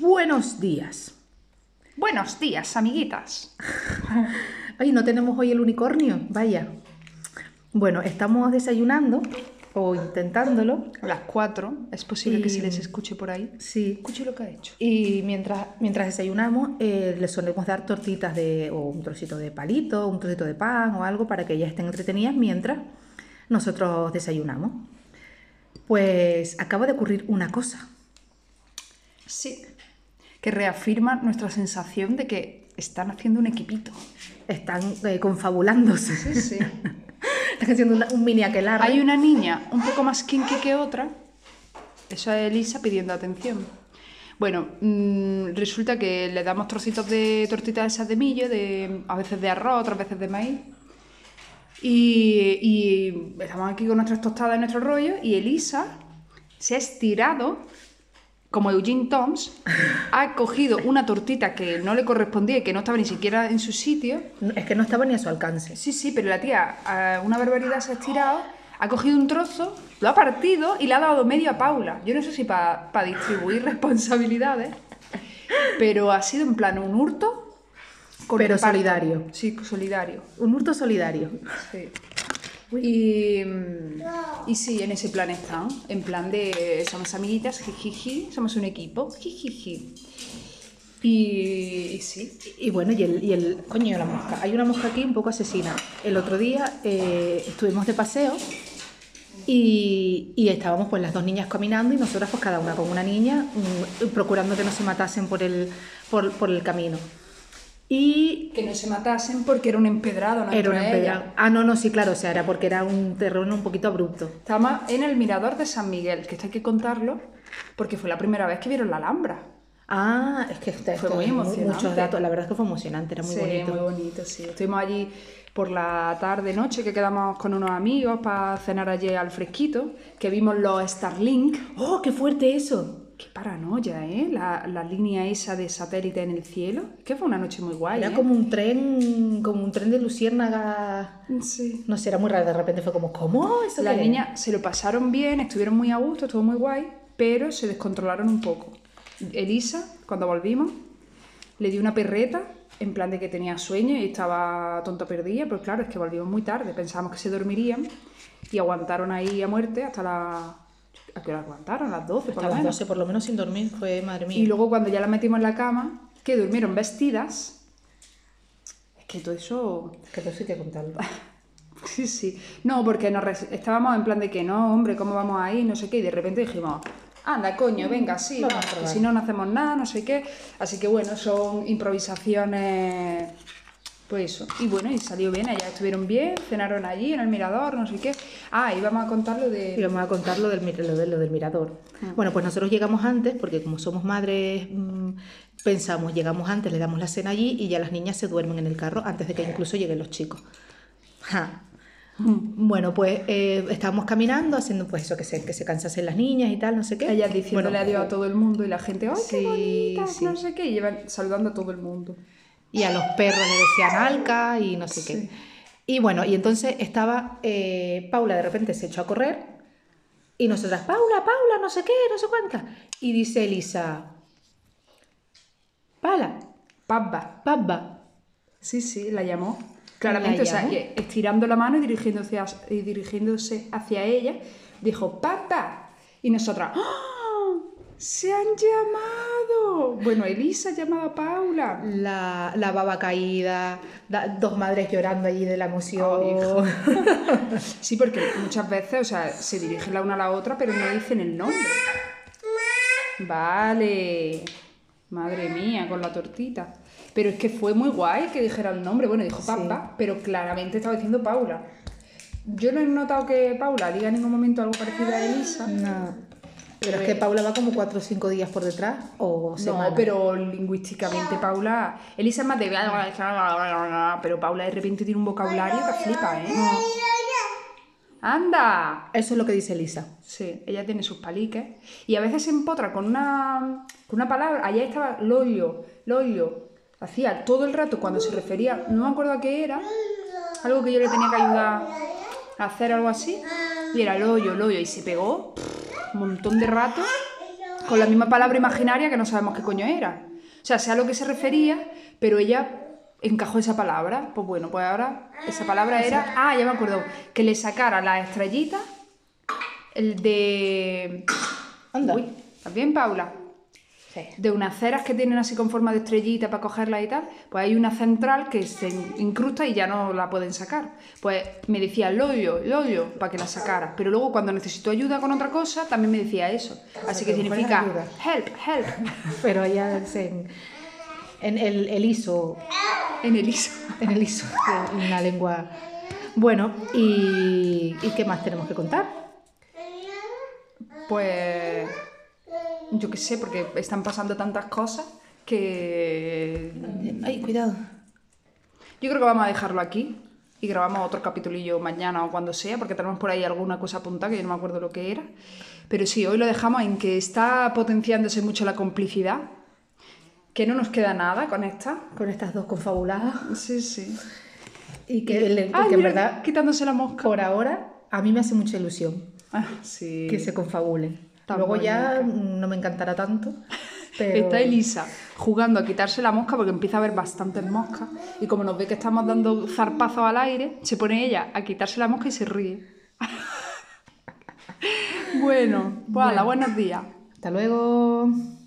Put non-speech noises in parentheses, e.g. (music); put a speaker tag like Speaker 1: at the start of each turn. Speaker 1: Buenos días.
Speaker 2: Buenos días, amiguitas.
Speaker 1: Ay, no tenemos hoy el unicornio, vaya. Bueno, estamos desayunando o intentándolo.
Speaker 2: A las 4, es posible que se
Speaker 1: Y-
Speaker 2: les escuche por ahí.
Speaker 1: Sí.
Speaker 2: Escuche lo que ha hecho.
Speaker 1: Y mientras, mientras desayunamos, eh, les solemos dar tortitas de, o un trocito de palito, un trocito de pan o algo para que ellas estén entretenidas mientras nosotros desayunamos. Pues acaba de ocurrir una cosa.
Speaker 2: Sí. Que reafirma nuestra sensación de que están haciendo un equipito.
Speaker 1: Están eh, confabulándose.
Speaker 2: sí.
Speaker 1: (laughs) Están haciendo una- un mini aquelarre.
Speaker 2: Hay una niña un poco más kinky que otra. Eso es Elisa pidiendo atención. Bueno, mm, resulta que le damos trocitos de tortitas esas de millo, de, a veces de arroz, otras veces de maíz. Y, y estamos aquí con nuestras tostadas y nuestro rollo. Y Elisa se ha estirado, como Eugene Toms, ha cogido una tortita que no le correspondía y que no estaba ni siquiera en su sitio.
Speaker 1: Es que no estaba ni a su alcance.
Speaker 2: Sí, sí, pero la tía, a una barbaridad se ha estirado, ha cogido un trozo, lo ha partido y le ha dado medio a Paula. Yo no sé si para distribuir (laughs) responsabilidades, pero ha sido en plan un hurto.
Speaker 1: Pero
Speaker 2: reparto.
Speaker 1: solidario.
Speaker 2: Sí, solidario.
Speaker 1: Un hurto solidario.
Speaker 2: Sí. Y, mm, y sí, en ese plan están. En plan de somos amiguitas, jijiji, somos un equipo, jijiji. Y, y sí.
Speaker 1: Y bueno, y el, y el coño, la mosca. Hay una mosca aquí un poco asesina. El otro día eh, estuvimos de paseo y, y estábamos pues las dos niñas caminando y nosotras pues cada una con una niña mm, procurando que no se matasen por el, por, por el camino. Y
Speaker 2: Que no se matasen porque era un empedrado, no
Speaker 1: era una
Speaker 2: entre ellas.
Speaker 1: empedrada. Ah, no, no, sí, claro, o sea, era porque era un terreno un poquito abrupto.
Speaker 2: Estamos en el Mirador de San Miguel, que esto hay que contarlo, porque fue la primera vez que vieron la Alhambra.
Speaker 1: Ah, es que está,
Speaker 2: Fue
Speaker 1: esto
Speaker 2: muy
Speaker 1: es mu-
Speaker 2: emocionante.
Speaker 1: muchos datos. La verdad es que fue emocionante, era muy
Speaker 2: Sí,
Speaker 1: bonito.
Speaker 2: muy bonito, sí. Estuvimos allí por la tarde, noche, que quedamos con unos amigos para cenar allí al fresquito, que vimos los Starlink.
Speaker 1: ¡Oh, qué fuerte eso!
Speaker 2: Qué paranoia, ¿eh? La, la línea esa de satélite en el cielo. Que fue una noche muy guay,
Speaker 1: Era
Speaker 2: ¿eh?
Speaker 1: como un tren, como un tren de luciérnaga.
Speaker 2: Sí.
Speaker 1: No sé, era muy raro. De repente fue como, ¿cómo? ¿Eso
Speaker 2: Las
Speaker 1: qué es?
Speaker 2: niñas se lo pasaron bien, estuvieron muy a gusto, estuvo muy guay, pero se descontrolaron un poco. Elisa, cuando volvimos, le dio una perreta en plan de que tenía sueño y estaba tonta perdida, pero claro, es que volvimos muy tarde, pensábamos que se dormirían y aguantaron ahí a muerte hasta la... ¿A qué hora aguantaron? A las 12, por
Speaker 1: Hasta
Speaker 2: lo
Speaker 1: las
Speaker 2: menos.
Speaker 1: 12, por lo menos sin dormir, fue madre mía.
Speaker 2: Y luego cuando ya la metimos en la cama, que durmieron vestidas, es que todo eso...
Speaker 1: Que todo eso hay que contarlo.
Speaker 2: (laughs) Sí, sí. No, porque nos res- estábamos en plan de que no, hombre, ¿cómo vamos ahí? No sé qué. Y de repente dijimos, anda, coño, venga, sí,
Speaker 1: Vamos a
Speaker 2: Mm, vamos, que
Speaker 1: probar.
Speaker 2: si no, no hacemos nada, no sé qué. Así que bueno, son improvisaciones. Pues eso. Y bueno, y salió bien, allá estuvieron bien, cenaron allí en el mirador, no sé qué. Ah, y vamos a contar lo
Speaker 1: Y
Speaker 2: de.
Speaker 1: vamos a contar lo del, mi- lo de- lo del mirador.
Speaker 2: Ah.
Speaker 1: Bueno, pues nosotros llegamos antes, porque como somos madres, mm, pensamos, llegamos antes, le damos la cena allí y ya las niñas se duermen en el carro antes de que incluso lleguen los chicos. Ja. Bueno, pues eh, estábamos caminando, haciendo pues eso, que se, que se cansasen las niñas y tal, no sé qué.
Speaker 2: Ellas diciéndole
Speaker 1: Bueno,
Speaker 2: adiós a todo el mundo y la gente, ¡ay,
Speaker 1: Sí,
Speaker 2: qué bonitas!
Speaker 1: sí.
Speaker 2: No sé qué. Y llevan saludando a todo el mundo.
Speaker 1: y a los perros le decían alca y no sé qué.
Speaker 2: Sí.
Speaker 1: Y bueno, y entonces estaba eh, Paula de repente se echó a correr y nosotras, Paula, Paula, no sé qué, no sé cuántas. Y dice Elisa, Pala,
Speaker 2: Pabba.
Speaker 1: Pabba.
Speaker 2: Sí, sí, la llamó. Claramente,
Speaker 1: ¿La
Speaker 2: o sea,
Speaker 1: llamó?
Speaker 2: que estirando la mano y dirigiéndose, hacia- y dirigiéndose hacia ella, dijo, papá. Y nosotras, ¡Ah! ¡Se han llamado! Bueno, Elisa ha llamado a Paula.
Speaker 1: La, la baba caída, da- dos madres llorando allí de la emoción.
Speaker 2: Ay, hijo. (laughs) Sí, porque muchas veces, o sea, se dirigen la una a la otra, pero no dicen el nombre. Vale. Madre mía, con la tortita. Pero es que fue muy guay que dijera el nombre. Bueno, dijo papá, pero claramente estaba diciendo Paula. Yo no he notado que Paula diga en ningún momento algo parecido a Elisa.
Speaker 1: No. Pero es que Paula va como cuatro o cinco días por detrás o
Speaker 2: No,
Speaker 1: semanas.
Speaker 2: pero lingüísticamente Paula... Elisa es más de... Pero Paula de repente tiene un vocabulario que flipa, ¿eh? ¡Anda!
Speaker 1: Eso es lo que dice Elisa.
Speaker 2: Sí, ella tiene sus paliques. Y a veces se empotra con una, con una palabra. Allá estaba Lolio, Lolio. Hacía todo el rato cuando se refería, no me acuerdo a qué era, algo que yo le tenía que ayudar a hacer, algo así. Y era Lollo, Lollo. Y se pegó pff, un montón de rato. con la misma palabra imaginaria que no sabemos qué coño era. O sea, sé a lo que se refería, pero ella encajó esa palabra. Pues bueno, pues ahora esa palabra era, ah, ya me acuerdo, que le sacara la estrellita, el de...
Speaker 1: Anda.
Speaker 2: Uy, también Paula.
Speaker 1: Sí.
Speaker 2: De unas ceras que tienen así con forma de estrellita para cogerla y tal, pues hay una central que se incrusta y ya no la pueden sacar. Pues me decía loyo, loyo, para que la sacara. Pero luego cuando necesitó ayuda con otra cosa, también me decía eso. Así que
Speaker 1: que buena
Speaker 2: significa
Speaker 1: ayuda.
Speaker 2: help, help. (laughs)
Speaker 1: (laughs) Pero ella se- en, el, el ISO,
Speaker 2: En el ISO.
Speaker 1: en el ISO, en una lengua. Bueno, y, ¿y qué más tenemos que contar?
Speaker 2: Pues yo qué sé, porque están pasando tantas cosas que
Speaker 1: Ay, cuidado.
Speaker 2: yo creo que vamos a dejarlo aquí y grabamos otro capitulillo mañana o cuando sea, porque tenemos por ahí alguna cosa apuntada que yo no me acuerdo lo que era. Pero sí, hoy lo dejamos en que está potenciándose mucho la complicidad, que no nos queda nada con esta.
Speaker 1: Con estas dos confabuladas.
Speaker 2: Sí, sí.
Speaker 1: Y que, el- el-
Speaker 2: Eh, Ay,
Speaker 1: que en
Speaker 2: Ah, mira,
Speaker 1: verdad,
Speaker 2: quitándose la mosca.
Speaker 1: por ahora, a mí me hace mucha ilusión
Speaker 2: Ah, sí.
Speaker 1: que se confabulen.
Speaker 2: Tan
Speaker 1: Luego ya mm, no me encantará tanto. Pero...
Speaker 2: Está Elisa jugando a quitarse la mosca porque empieza a haber bastantes moscas y como nos ve que estamos dando zarpazos al aire, se pone ella a quitarse la mosca y se ríe. (laughs) bueno, pues ala, buenos días.
Speaker 1: Hasta luego.